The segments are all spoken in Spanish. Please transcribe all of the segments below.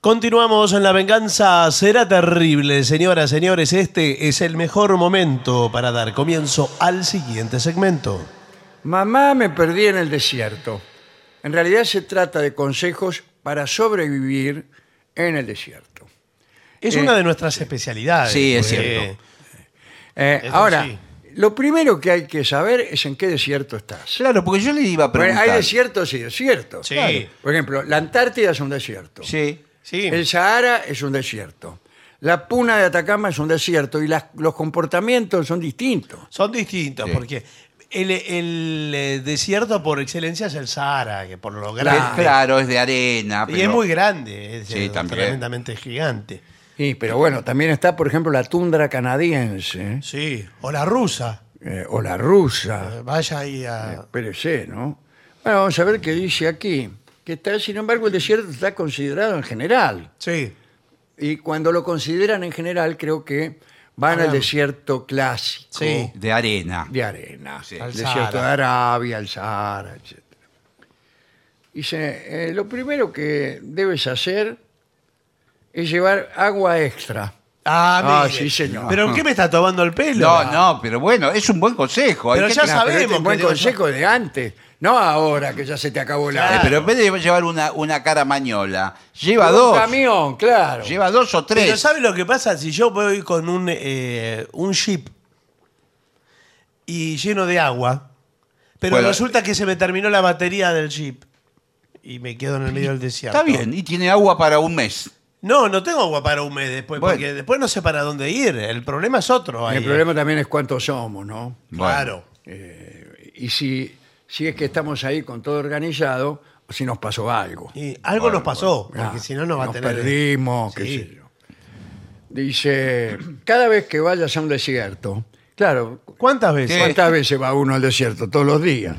Continuamos en La Venganza Será Terrible. Señoras, señores, este es el mejor momento para dar comienzo al siguiente segmento. Mamá, me perdí en el desierto. En realidad se trata de consejos para sobrevivir en el desierto. Es Eh, una de nuestras especialidades. sí, es porque- cierto. Eh, Eso ahora, sí. lo primero que hay que saber es en qué desierto estás. Claro, porque yo le iba a Bueno, preguntar. hay desiertos y desiertos. Sí. Por ejemplo, la Antártida es un desierto. Sí. Sí. El Sahara es un desierto. La puna de Atacama es un desierto y las- los comportamientos son distintos. Son distintos, porque el, el, eh, desierto por excelencia es el Sahara, que por lo grande. Que- Claro, es de arena. y es pero- muy grande, es Sí, eh, también. tremendamente gigante. Sí, pero bueno, también está, por ejemplo, la tundra canadiense Sí. O la rusa. eh, o la rusa. Eh, Vaya ahí Ah, a. Espérese, ¿no? Bueno, vamos a ver qué dice aquí. Que está, sin embargo, el desierto está considerado en general. Sí. Y cuando lo consideran en general, creo que van al desierto clásico Sí. De arena. de arena. Al El desierto de Sahara. Arabia, el Sahara, etc. Dice, eh, lo primero que debes hacer es llevar agua extra. Ah, Ah, mire. sí, señor. ¿Pero en qué me está tomando el pelo? Ah, No, no, pero bueno, es un buen consejo. Hay Pero que- ya Claro, pero este es sabemos un buen que debes- consejo de antes, no ahora que ya se te acabó la... Eh, Pero en vez de llevar una, una cara mañola, lleva Un dos. camión, claro. Lleva dos o Pero tres. ¿sabe lo que pasa? Si yo voy con un, eh, un jeep y lleno de agua, pero Bueno. resulta que se me terminó la batería del jeep y me quedo en el medio del desierto. Está bien, y tiene agua para un mes. No, no tengo agua para un mes después, Bueno. porque después no sé para dónde ir. El problema es otro. ahí, El eh. problema también es cuántos somos, ¿no? Claro. Y si, si es que estamos ahí con todo organizado, o si nos pasó algo. Y algo nos pasó, porque Ah, si no, no va a nos tener. perdimos, qué Sí. sé yo. Dice, cada vez que vayas a un desierto, claro, ¿Cuántas veces? Sí. ¿cuántas veces va uno al desierto? Todos los días.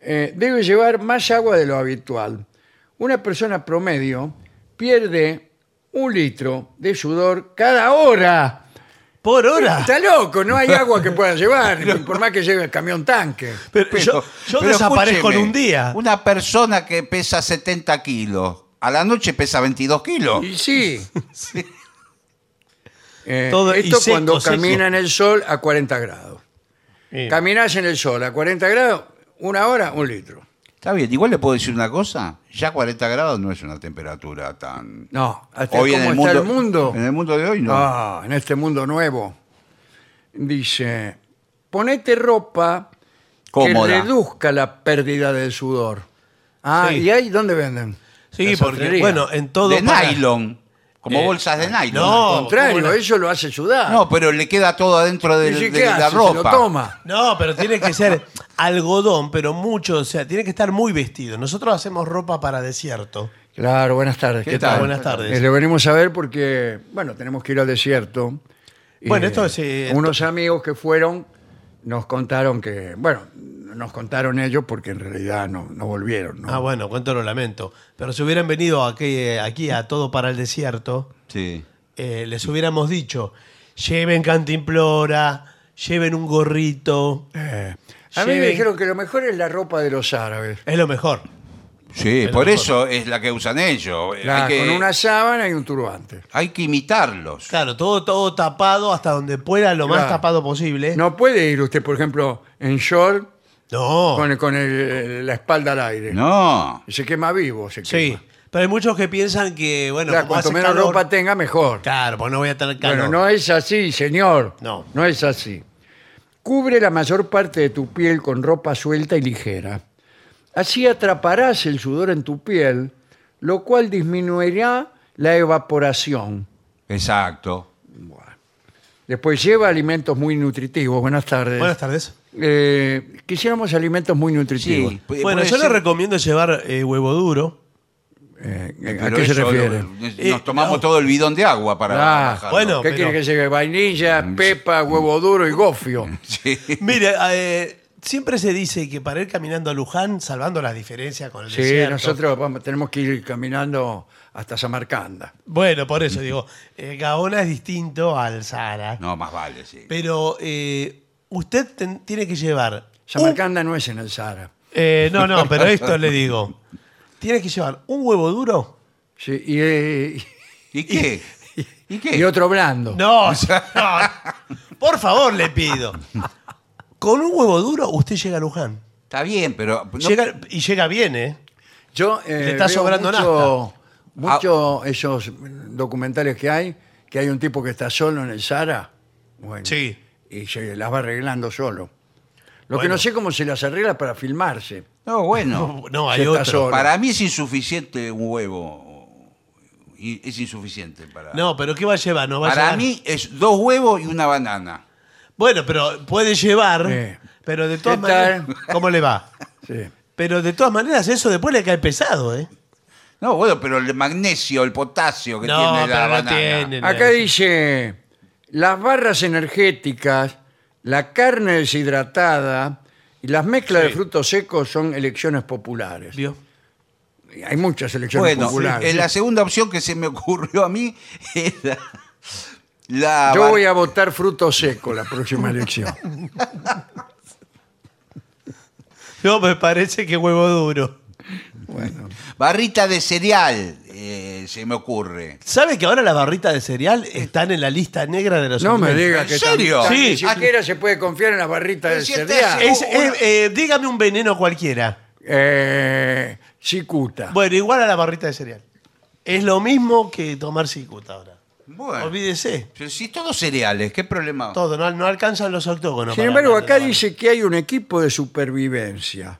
Eh, debe llevar más agua de lo habitual. Una persona promedio pierde un litro de sudor cada hora. ¿Por hora? Está loco, no hay agua que pueda llevar, por más que lleve el camión tanque. Pero, yo yo pero desaparezco en escúcheme, un día. Una persona que pesa 70 kilos, a la noche pesa 22 kilos. Y sí. Eh, Todo- y esto seco, cuando seco. camina en el sol a 40 grados. Sí. Caminás en el sol a 40 grados, una hora, un litro. Está bien, igual le puedo decir una cosa, ya 40 grados no es una temperatura tan... No, hasta Hoy cómo en el, está mundo, el mundo. en el mundo de hoy no. Ah, en este mundo nuevo. Dice, ponete ropa que Cómoda. reduzca la pérdida del sudor. Ah, Sí. ¿y ahí dónde venden? Sí, Las porque, sastrerías. bueno, en todo. de para- nylon, como Eh, bolsas de nylon. no. Al contrario, ¿cómo no? eso lo hace sudar. No, pero le queda todo adentro de, ¿Y si de- qué de hace? la Se ropa. lo toma. No, pero tiene que ser algodón, pero mucho, o sea, tiene que estar muy vestido. Nosotros hacemos ropa para desierto. Claro, buenas tardes. ¿Qué ¿Qué tal? tal? Buenas tardes. Eh, lo venimos a ver porque, bueno, tenemos que ir al desierto. Y, Bueno, esto es, eh, unos amigos que fueron nos contaron que, bueno, nos contaron ellos porque en realidad no, no volvieron, ¿no? Ah, bueno, cuánto lo lamento. Pero si hubieran venido aquí, eh, aquí a todo para el desierto, Sí. eh, les hubiéramos dicho, lleven cantimplora, lleven un gorrito, Eh, a mí me Lleven- dijeron que lo mejor es la ropa de los árabes. es lo mejor. Sí, lo por mejor. eso es la que usan ellos. Eh, La- hay, que, Con una sábana y un turbante. hay que imitarlos. Claro, todo, todo tapado hasta donde pueda, lo más Claro. tapado posible. No puede ir usted, por ejemplo, en short No, con, con el- la espalda al aire. No. Se quema vivo, se sí. quema. Pero hay muchos que piensan que, bueno, Claro, como cuanto hace menos calor- ropa tenga, mejor. Claro, pues no voy a tener calor. Bueno, no es así, señor. No. No es así. Cubre la mayor parte de tu piel con ropa suelta y ligera. Así atraparás el sudor en tu piel, lo cual disminuirá la evaporación. Exacto. Después lleva alimentos muy nutritivos. Buenas tardes. Buenas tardes. Eh, quisiéramos alimentos muy nutritivos. Sí. Pu- Bueno, puede yo les ser- recomiendo llevar eh, huevo duro. Eh, ¿A Pero qué se eso refiere? lo- nos Eh, tomamos no. todo el bidón de agua para Ah, bajarlo. bueno. ¿Qué pero- quiere que lleve? Vainilla, pepa, huevo duro y gofio. Sí. Mire, eh, siempre se dice que para ir caminando a Luján, salvando las diferencias con el Sí, desierto. nosotros vamos- tenemos que ir caminando hasta Samarcanda. Bueno, por eso digo, eh, Gaona es distinto al Sahara. No, más vale, sí. Pero eh, usted ten- tiene que llevar. un- Samarcanda no es en el Sahara. eh, no, no, pero esto le digo. Tiene que llevar un huevo duro Sí, y, eh, ¿Y qué? ¿Y qué? y otro blando. No, no. Por favor, le pido. Con un huevo duro usted llega a Luján. Está bien, pero. no- Llega, y llega bien, ¿eh? Yo eh, Le está veo sobrando mucho, mucho esos documentales que hay, que hay un tipo que está solo en el Sara. Bueno, Sí. Y se las va arreglando solo. Lo que Bueno. no sé cómo se las arregla para filmarse. No, bueno. No, hay Se está otro. solo. Para mí es insuficiente un huevo. Y- Es insuficiente para. No, pero ¿qué va a llevar? No va a para llevar- mí es dos huevos y una banana. Bueno, pero puede llevar, Eh. pero de todas ¿Qué tal? maneras. ¿Cómo le va? Sí. Pero de todas maneras, eso después le cae pesado, ¿eh? No, bueno, pero el magnesio, el potasio que No, tiene la pero no banana. tiene. Acá Sí. dice, las barras energéticas, la carne deshidratada y las mezclas de frutos secos son elecciones populares. ¿Vio? Y Hay muchas elecciones Bueno, populares. eh, la segunda opción que se me ocurrió a mí era la. Yo bar- voy a votar fruto seco la próxima elección. No, me parece que huevo duro. Bueno. barrita de cereal, eh, se me ocurre. ¿Sabe que ahora las barritas de cereal están en la lista negra de los No me alimentos? diga ¿En que serio? tan- tan- Sí. ni siquiera se puede confiar en las barritas Pero de si está cereal. seguro. Es- es- eh, dígame un veneno cualquiera. Eh, cicuta. Bueno, igual a la barrita de cereal. Es lo mismo que tomar cicuta ahora. Bueno. Olvídese. Pero si todos cereales, ¿qué problema? Todo, no, no alcanzan los octógonos. Sin para- embargo, para- acá para- dice que hay un equipo de supervivencia.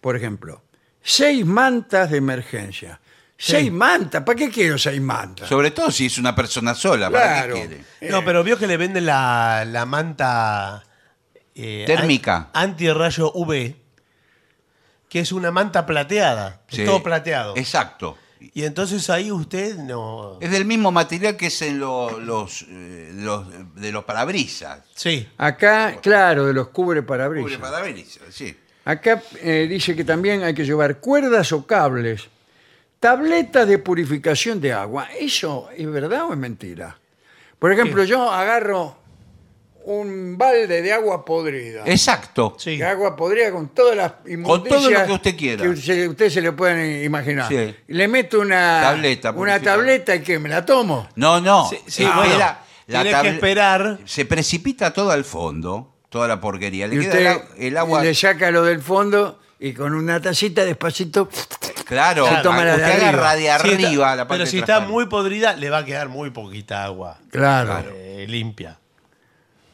Por ejemplo, seis mantas de emergencia. Seis mantas, ¿para qué quiero seis mantas? Sobre todo si es una persona sola, ¿para qué claro. quiere? No, pero vio que le venden la, la manta... eh, Térmica. an- Antirrayo UV, que es una manta plateada. Es Sí. todo plateado. Exacto. Y entonces ahí usted no... Es del mismo material que es en lo- los, eh, los, eh, de los parabrisas. Sí. Acá, claro, de los cubre parabrisas. Cubre parabrisas, sí. Acá eh, dice que también hay que llevar cuerdas o cables, tabletas de purificación de agua. ¿Eso es verdad o es mentira? Por ejemplo, yo agarro un balde de agua podrida. Exacto. Sí. De agua podrida con todas las inmundicias todo lo que usted quiera. Que se- usted se le pueden imaginar. Sí. Le meto una Tableta una purificada. tableta y que me la tomo. No, no. Sí, sí, espera, bueno, la tiene que tabla- esperar. Se precipita todo al fondo, toda la porquería. Le y queda usted el agua- el agua. le saca lo del fondo y con una tacita despacito Claro, Se toma la usted de arriba. agarra de arriba Si está- la parte pero si está transparente. muy podrida, le va a quedar muy poquita agua claro. eh, limpia.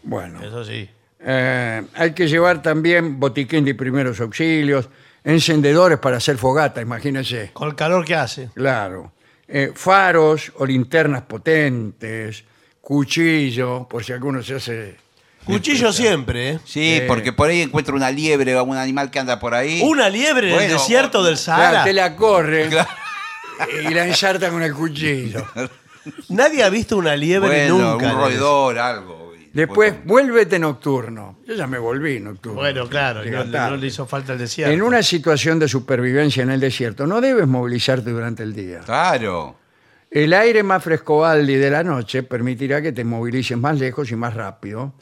Bueno. Eso sí. Eh, hay que llevar también botiquín de primeros auxilios, encendedores para hacer fogata, imagínense. Con el calor que hace. Claro. Eh, faros o linternas potentes, cuchillo, por si alguno se hace... Cuchillo siempre, ¿eh? Sí, Sí. porque por ahí encuentra una liebre o un animal que anda por ahí. Una liebre en el Bueno, desierto del Claro, Sahara. usted la corre Claro. y la ensarta con el cuchillo. Nadie ha visto una liebre Bueno, nunca. un roedor, algo. Y Después, después- vuélvete nocturno. Yo ya me volví nocturno. Bueno, claro, Llega no, tarde. no le hizo falta el desierto. En una situación de supervivencia en el desierto, no debes movilizarte durante el día. Claro. El aire más frescobaldi de la noche permitirá que te movilices más lejos y más rápido,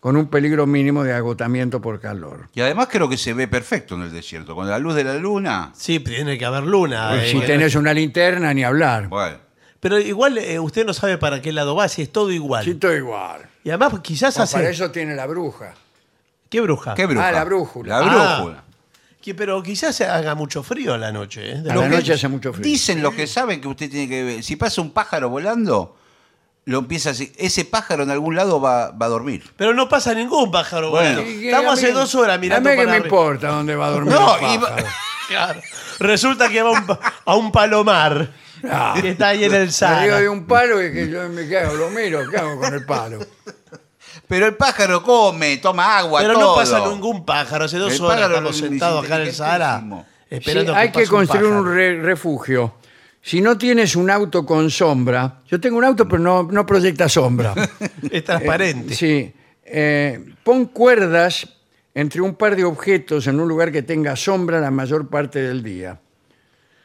con un peligro mínimo de agotamiento por calor. Y además creo que se ve perfecto en el desierto. Con la luz de la luna. Sí, pero tiene que haber luna. Pues eh, si que- tenés una linterna, ni hablar. Bueno. Pero igual eh, usted no sabe para qué lado va, si es todo igual. Sí, todo igual. Y además quizás Bueno, para hace... eso tiene la bruja. ¿Qué bruja? ¿Qué bruja? Ah, la brújula. La Ah. brújula. Que- pero quizás haga mucho frío a la noche. ¿eh? De A lo la que- noche hace mucho frío. Dicen los que saben que usted tiene que ver. Si pasa un pájaro volando, lo empieza así. Ese pájaro en algún lado va, va a dormir. Pero no pasa ningún pájaro. Bueno. volando. Y que Estamos a hace mí- dos horas mirando A mí que para me arriba. importa dónde va a dormir. No, el y va- pájaro. Claro. Resulta que va a un pa- a un palomar Ah. que está ahí en el Arriba de Sahara. un palo y que yo me quedo, lo miro, ¿qué hago con el palo? Pero el pájaro come, toma agua, Pero no todo. pasa ningún pájaro. Hace dos El horas pájaro estamos es sentados acá en el Sahara inteligentísimo. esperando Sí, hay que, pase construir un, pájaro. re- refugio. Si no tienes un auto con sombra, yo tengo un auto pero no, no proyecta sombra. Es transparente. Eh, Sí. Eh, pon cuerdas entre un par de objetos en un lugar que tenga sombra la mayor parte del día.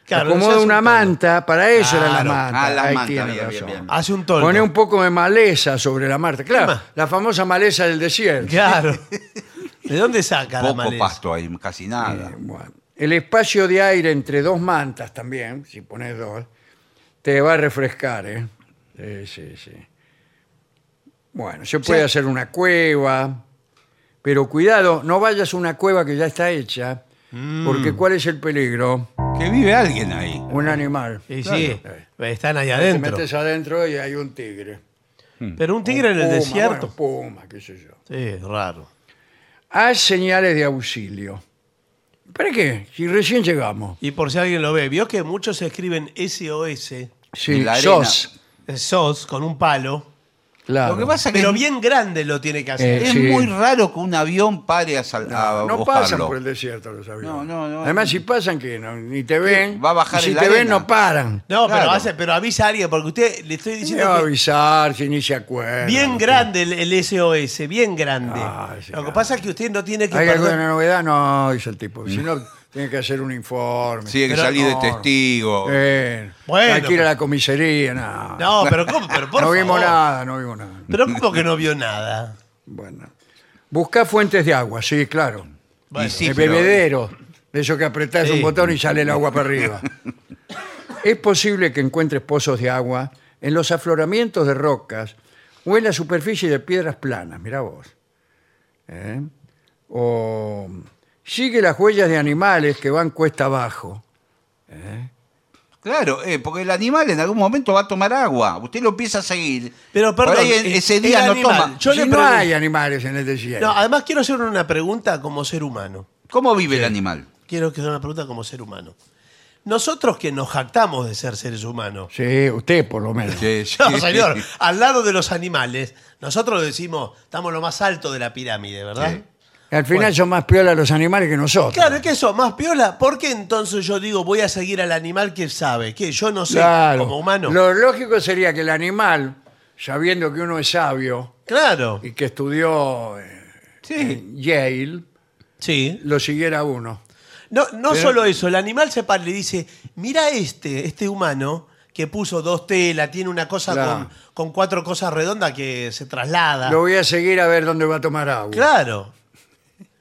Claro, Acomoda se hace una un manta, para eso era la Claro. manta. Ah, la Ahí manta, tiene bien, razón. bien, bien. toldo. Hace un toldo. Poné un poco de maleza sobre la manta. Claro, Encima. la famosa maleza del desierto. Claro. ¿De dónde saca la Poco maleza? pasto ahí, casi nada. Eh, Bueno, el espacio de aire entre dos mantas también, si pones dos, te va a refrescar, ¿eh? Sí, sí, sí. Bueno, se puede Sí. hacer una cueva, pero cuidado, no vayas a una cueva que ya está hecha, Mm. porque ¿cuál es el peligro? Que vive alguien ahí. Un animal. Y Claro. sí, eh, están ahí Te adentro. metes adentro y hay un tigre. Pero un tigre en el Puma, desierto. bueno, puma, qué sé yo. Sí, raro. Haz señales de auxilio. ¿Para qué? Si recién llegamos. Y por si alguien lo ve, vio que muchos escriben SOS, Sí, En la arena. sos. eh, SOS, con un palo. Claro. Lo que pasa es que Pero es- bien grande lo tiene que hacer. Eh, es sí. muy raro que un avión pare a, sal- a No pasan buscarlo. por el desierto los aviones. No, no, no. Además, si pasan, que no, ni te ven. Va a bajar Y Si en la te ven, arena. no paran. no, pero, claro. hace, pero avisa a alguien, porque usted le estoy Te va diciendo a que avisar si ni se acuerdan. bien grande el, el SOS, bien grande. Ah, sí, lo que claro. pasa es que usted no tiene que ¿Hay perder- alguna novedad? No, dice el tipo. Si no, tiene que hacer un informe. Sí, hay Mm. que Pero salir no. de testigo. Eh, Bueno, hay que ir pero- a la comisaría, nada. No, pero ¿cómo? Pero por No vimos favor. nada, no vimos nada. Pero ¿cómo que no vio nada? Bueno. Busca fuentes de agua, sí, claro. Bueno, Y sí, el pero- bebedero, de eso que apretás Sí. un botón y sale el agua para arriba. es posible que encuentres pozos de agua en los afloramientos de rocas o en la superficie de piedras planas, mira vos. ¿Eh? O sigue las huellas de animales que van cuesta abajo. Claro, eh, porque el animal en algún momento va a tomar agua. Usted lo empieza a seguir. Pero, Por perdón, ahí en- eh, ese el día no animal, toma. yo- si le no pregunto- hay animales en este el desierto. No, además quiero hacer una pregunta como ser humano. ¿Cómo vive el animal? Quiero que sea una pregunta como ser humano. Nosotros que nos jactamos de ser seres humanos, Sí, usted por lo menos. No, señor, al lado de los animales, nosotros decimos, estamos lo más alto de la pirámide, ¿verdad? Sí. Al final Bueno. son más piola los animales que nosotros. Claro, es que eso, más piola, ¿por qué entonces yo digo voy a seguir al animal que sabe? Que yo no sé, Claro. como humano. Lo lógico sería que el animal, sabiendo que uno es sabio Claro, y que estudió eh, Sí. en Yale, sí. lo siguiera uno. No, no solo eso, el animal se para y le dice, mira este, este humano que puso dos telas, tiene una cosa Claro. con, con cuatro cosas redondas que se Ah. traslada. Lo voy a seguir a ver dónde va a tomar agua. Claro.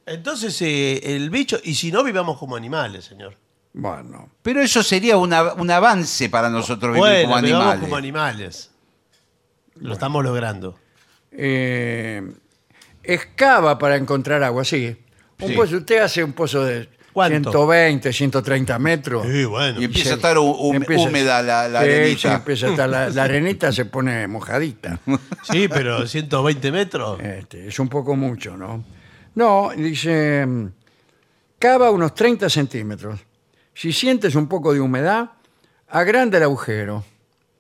Entonces eh, el bicho, y si no vivamos como animales, señor. Bueno, Pero eso sería una- un avance para nosotros vivir Bueno, como vivamos animales. como animales. Lo estamos logrando. eh, excava para encontrar agua, sí. Un Sí. pozo, usted hace un pozo de ¿Cuánto? 120, 130 metros. Sí, bueno. Y empieza se- a estar hu- hum- empieza- húmeda la, la Sí, sí, arenita. empieza a estar la, la arenita se pone mojadita. Sí, pero 120 metros. Este, es un poco mucho, ¿no? No, dice, mm, cava unos 30 centímetros. Si sientes un poco de humedad, agranda el agujero.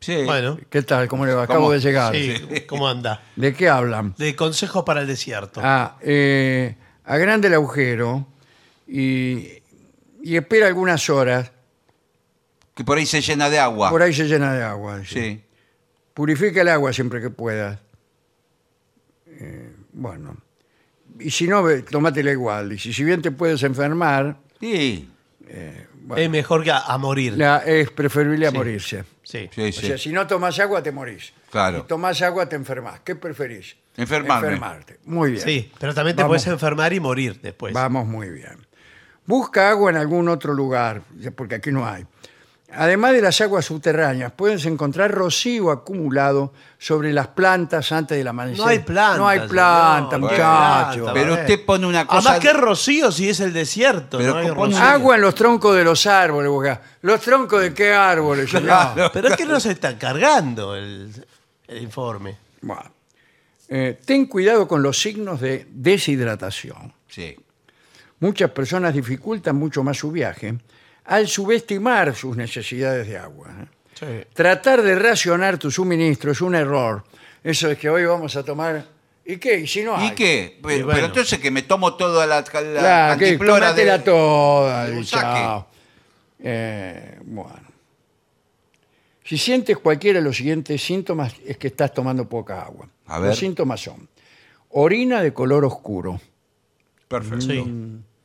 Sí. Bueno, ¿Qué tal? ¿Cómo le va? Acabo ¿Cómo? de llegar. sí, ¿cómo anda? ¿De qué hablan? De consejos para el desierto. Ah, eh, agranda el agujero y, y espera algunas horas. Que por ahí se llena de agua. Por ahí se llena de agua. dice. Sí. Purifica el agua siempre que puedas. Eh, bueno. Y si no, ve- tómatela igual. Dice, si bien te puedes enfermar, Sí. es mejor que a, a morir. La- es preferible a morirse. Sí. Sí, O sí. sea, si no tomás agua, te morís. Claro. Si tomás agua, te enfermas. ¿Qué preferís? Enfermarme. Enfermarte. Muy bien. Sí, pues. pero también te Vamos. puedes enfermar y morir después. Vamos muy bien. Busca agua en algún otro lugar, ya porque aquí no hay. Además de las aguas subterráneas, puedes encontrar rocío acumulado sobre las plantas antes del amanecer. No hay planta. No hay señor, planta, no hay muchacho. eh. planta, Pero Barret. usted pone una cosa- Además, ¿qué rocío si es el desierto? Pero no hay pone- rocío. Agua en los troncos de los árboles, busca. ¿Los troncos de qué árboles? señor? Claro. Pero es que no se está cargando el, el informe. Bueno. Eh, ten cuidado con los signos de deshidratación. Sí. Muchas personas dificultan mucho más su viaje al subestimar sus necesidades de agua. ¿eh? Tratar de racionar tu suministro es un error. Eso es que hoy vamos a tomar... ¿Y qué? ¿Y si no hay? ¿Y qué? Pero, bueno. pero entonces que me tomo toda la, la Claro, que cantimplora tomátela toda. de y un chao. Eh, bueno. Si sientes cualquiera de los siguientes síntomas es que estás tomando poca agua. A ver. Los síntomas son orina de color oscuro Perfecto. Sí.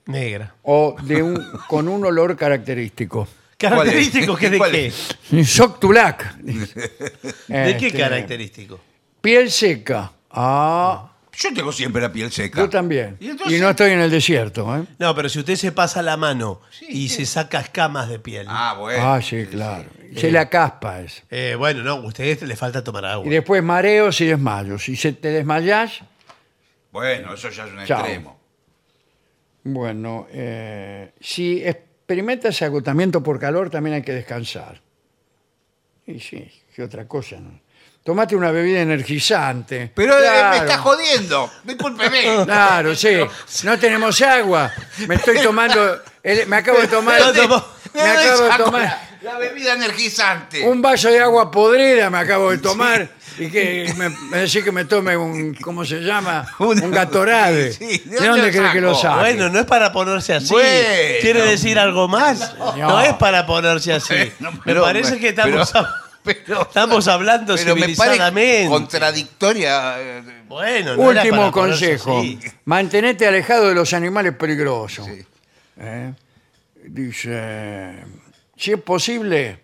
Negra. o de un, con un olor característico. ¿Característico que de ¿Cuál qué? es? Soctulac. ¿De qué característico? Este, Piel seca. Ah, Yo tengo siempre la piel seca. yo también. Ah, Y Y, entonces- no estoy en el desierto. ¿eh? No, pero si usted se pasa la mano y se saca escamas de piel. Ah, bueno. ah, sí, claro. se la caspas. Eh, bueno, no, a usted le falta tomar agua. Y después mareos y desmayos. Si se te desmayas, Bueno, eso ya es un Chao. extremo. bueno, eh, si experimentas agotamiento por calor, también hay que descansar. Y sí, qué otra cosa, ¿no? Tomate una bebida energizante. Pero eh, me Claro. está jodiendo. Discúlpeme. Claro, sí. No tenemos agua. Me estoy tomando. el- me acabo de tomar. No tomó. Me acabo de Saco tomar. la, la bebida energizante. Un vaso de agua podrida me acabo de tomar. Y que me, me decís que me tome un. ¿Cómo se llama? Una- Un gatorade. Sí, ¿de ¿De dónde dónde lo crees que lo saco? saque? Bueno, no es para ponerse así. Bueno. ¿Quiere decir algo más? No, es para ponerse así. Bueno, me pero- parece que estamos, pero- hab- pero- estamos hablando Pero me parece civilizadamente. contradictoria. eh, Bueno, no era Último para ponerse consejo. así. Mantenete alejado de los animales peligrosos. Sí. ¿Eh? Dice, si es posible,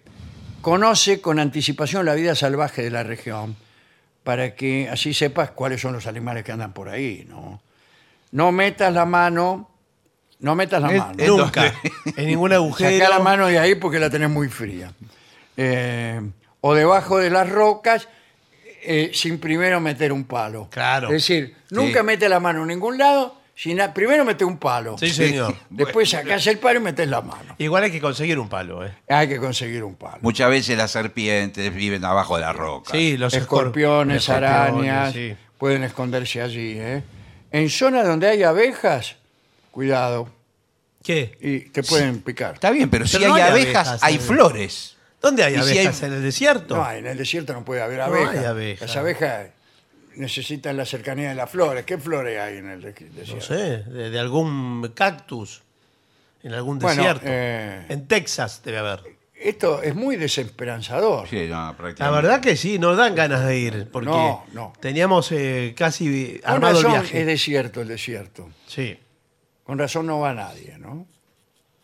conoce con anticipación la vida salvaje de la región para que así sepas cuáles son los animales que andan por ahí, ¿no? No metas la mano, Ah, no metas la Eh, mano. eh, Nunca. En ningún agujero. Sacá la mano de ahí porque la tenés muy fría. Eh, o debajo de las rocas eh, sin primero meter un palo. Claro. Es decir, nunca mete la mano en ningún lado, sin a- primero mete un palo. Sí, señor. Después sacás el palo y metes la mano. Igual hay que conseguir un palo, ¿eh? Hay que conseguir un palo. Muchas veces las serpientes viven abajo de la roca. Sí, los escor- Escorpiones, arañas, sí. pueden esconderse allí. ¿eh? En zonas donde hay abejas, cuidado, ¿Qué? y te pueden picar. Está bien, pero, si Pero hay, no hay abejas, abejas, hay eh. flores. ¿Dónde hay ¿Y si abejas? hay- ¿En el desierto? No, en el desierto no puede haber hay abejas. abejas. Las abejas necesitan la cercanía de las flores. ¿Qué flores hay en el de- desierto? No sé, de, de algún cactus, en algún Bueno, desierto. eh, En Texas debe haber. Esto es muy desesperanzador. Sí, no, prácticamente. La verdad que sí, nos dan ganas de ir, porque No, no. teníamos eh, casi Con armado el razón viaje. es desierto el desierto. Sí, Con razón no va nadie, ¿no?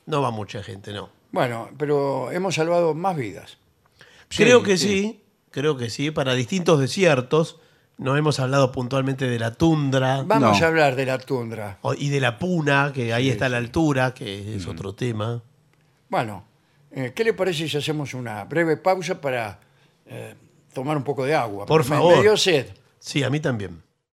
no va mucha gente, no. Bueno, pero hemos salvado más vidas. Sí, creo que sí. sí. creo que sí, para distintos desiertos. No hemos hablado puntualmente de la tundra Vamos No. a hablar de la tundra. o- y de la puna, que ahí está la altura, que es otro tema. Bueno, eh, ¿qué le parece si hacemos una breve pausa para eh, tomar un poco de agua? Por Me- favor. Me dio sed. Sí, a mí también.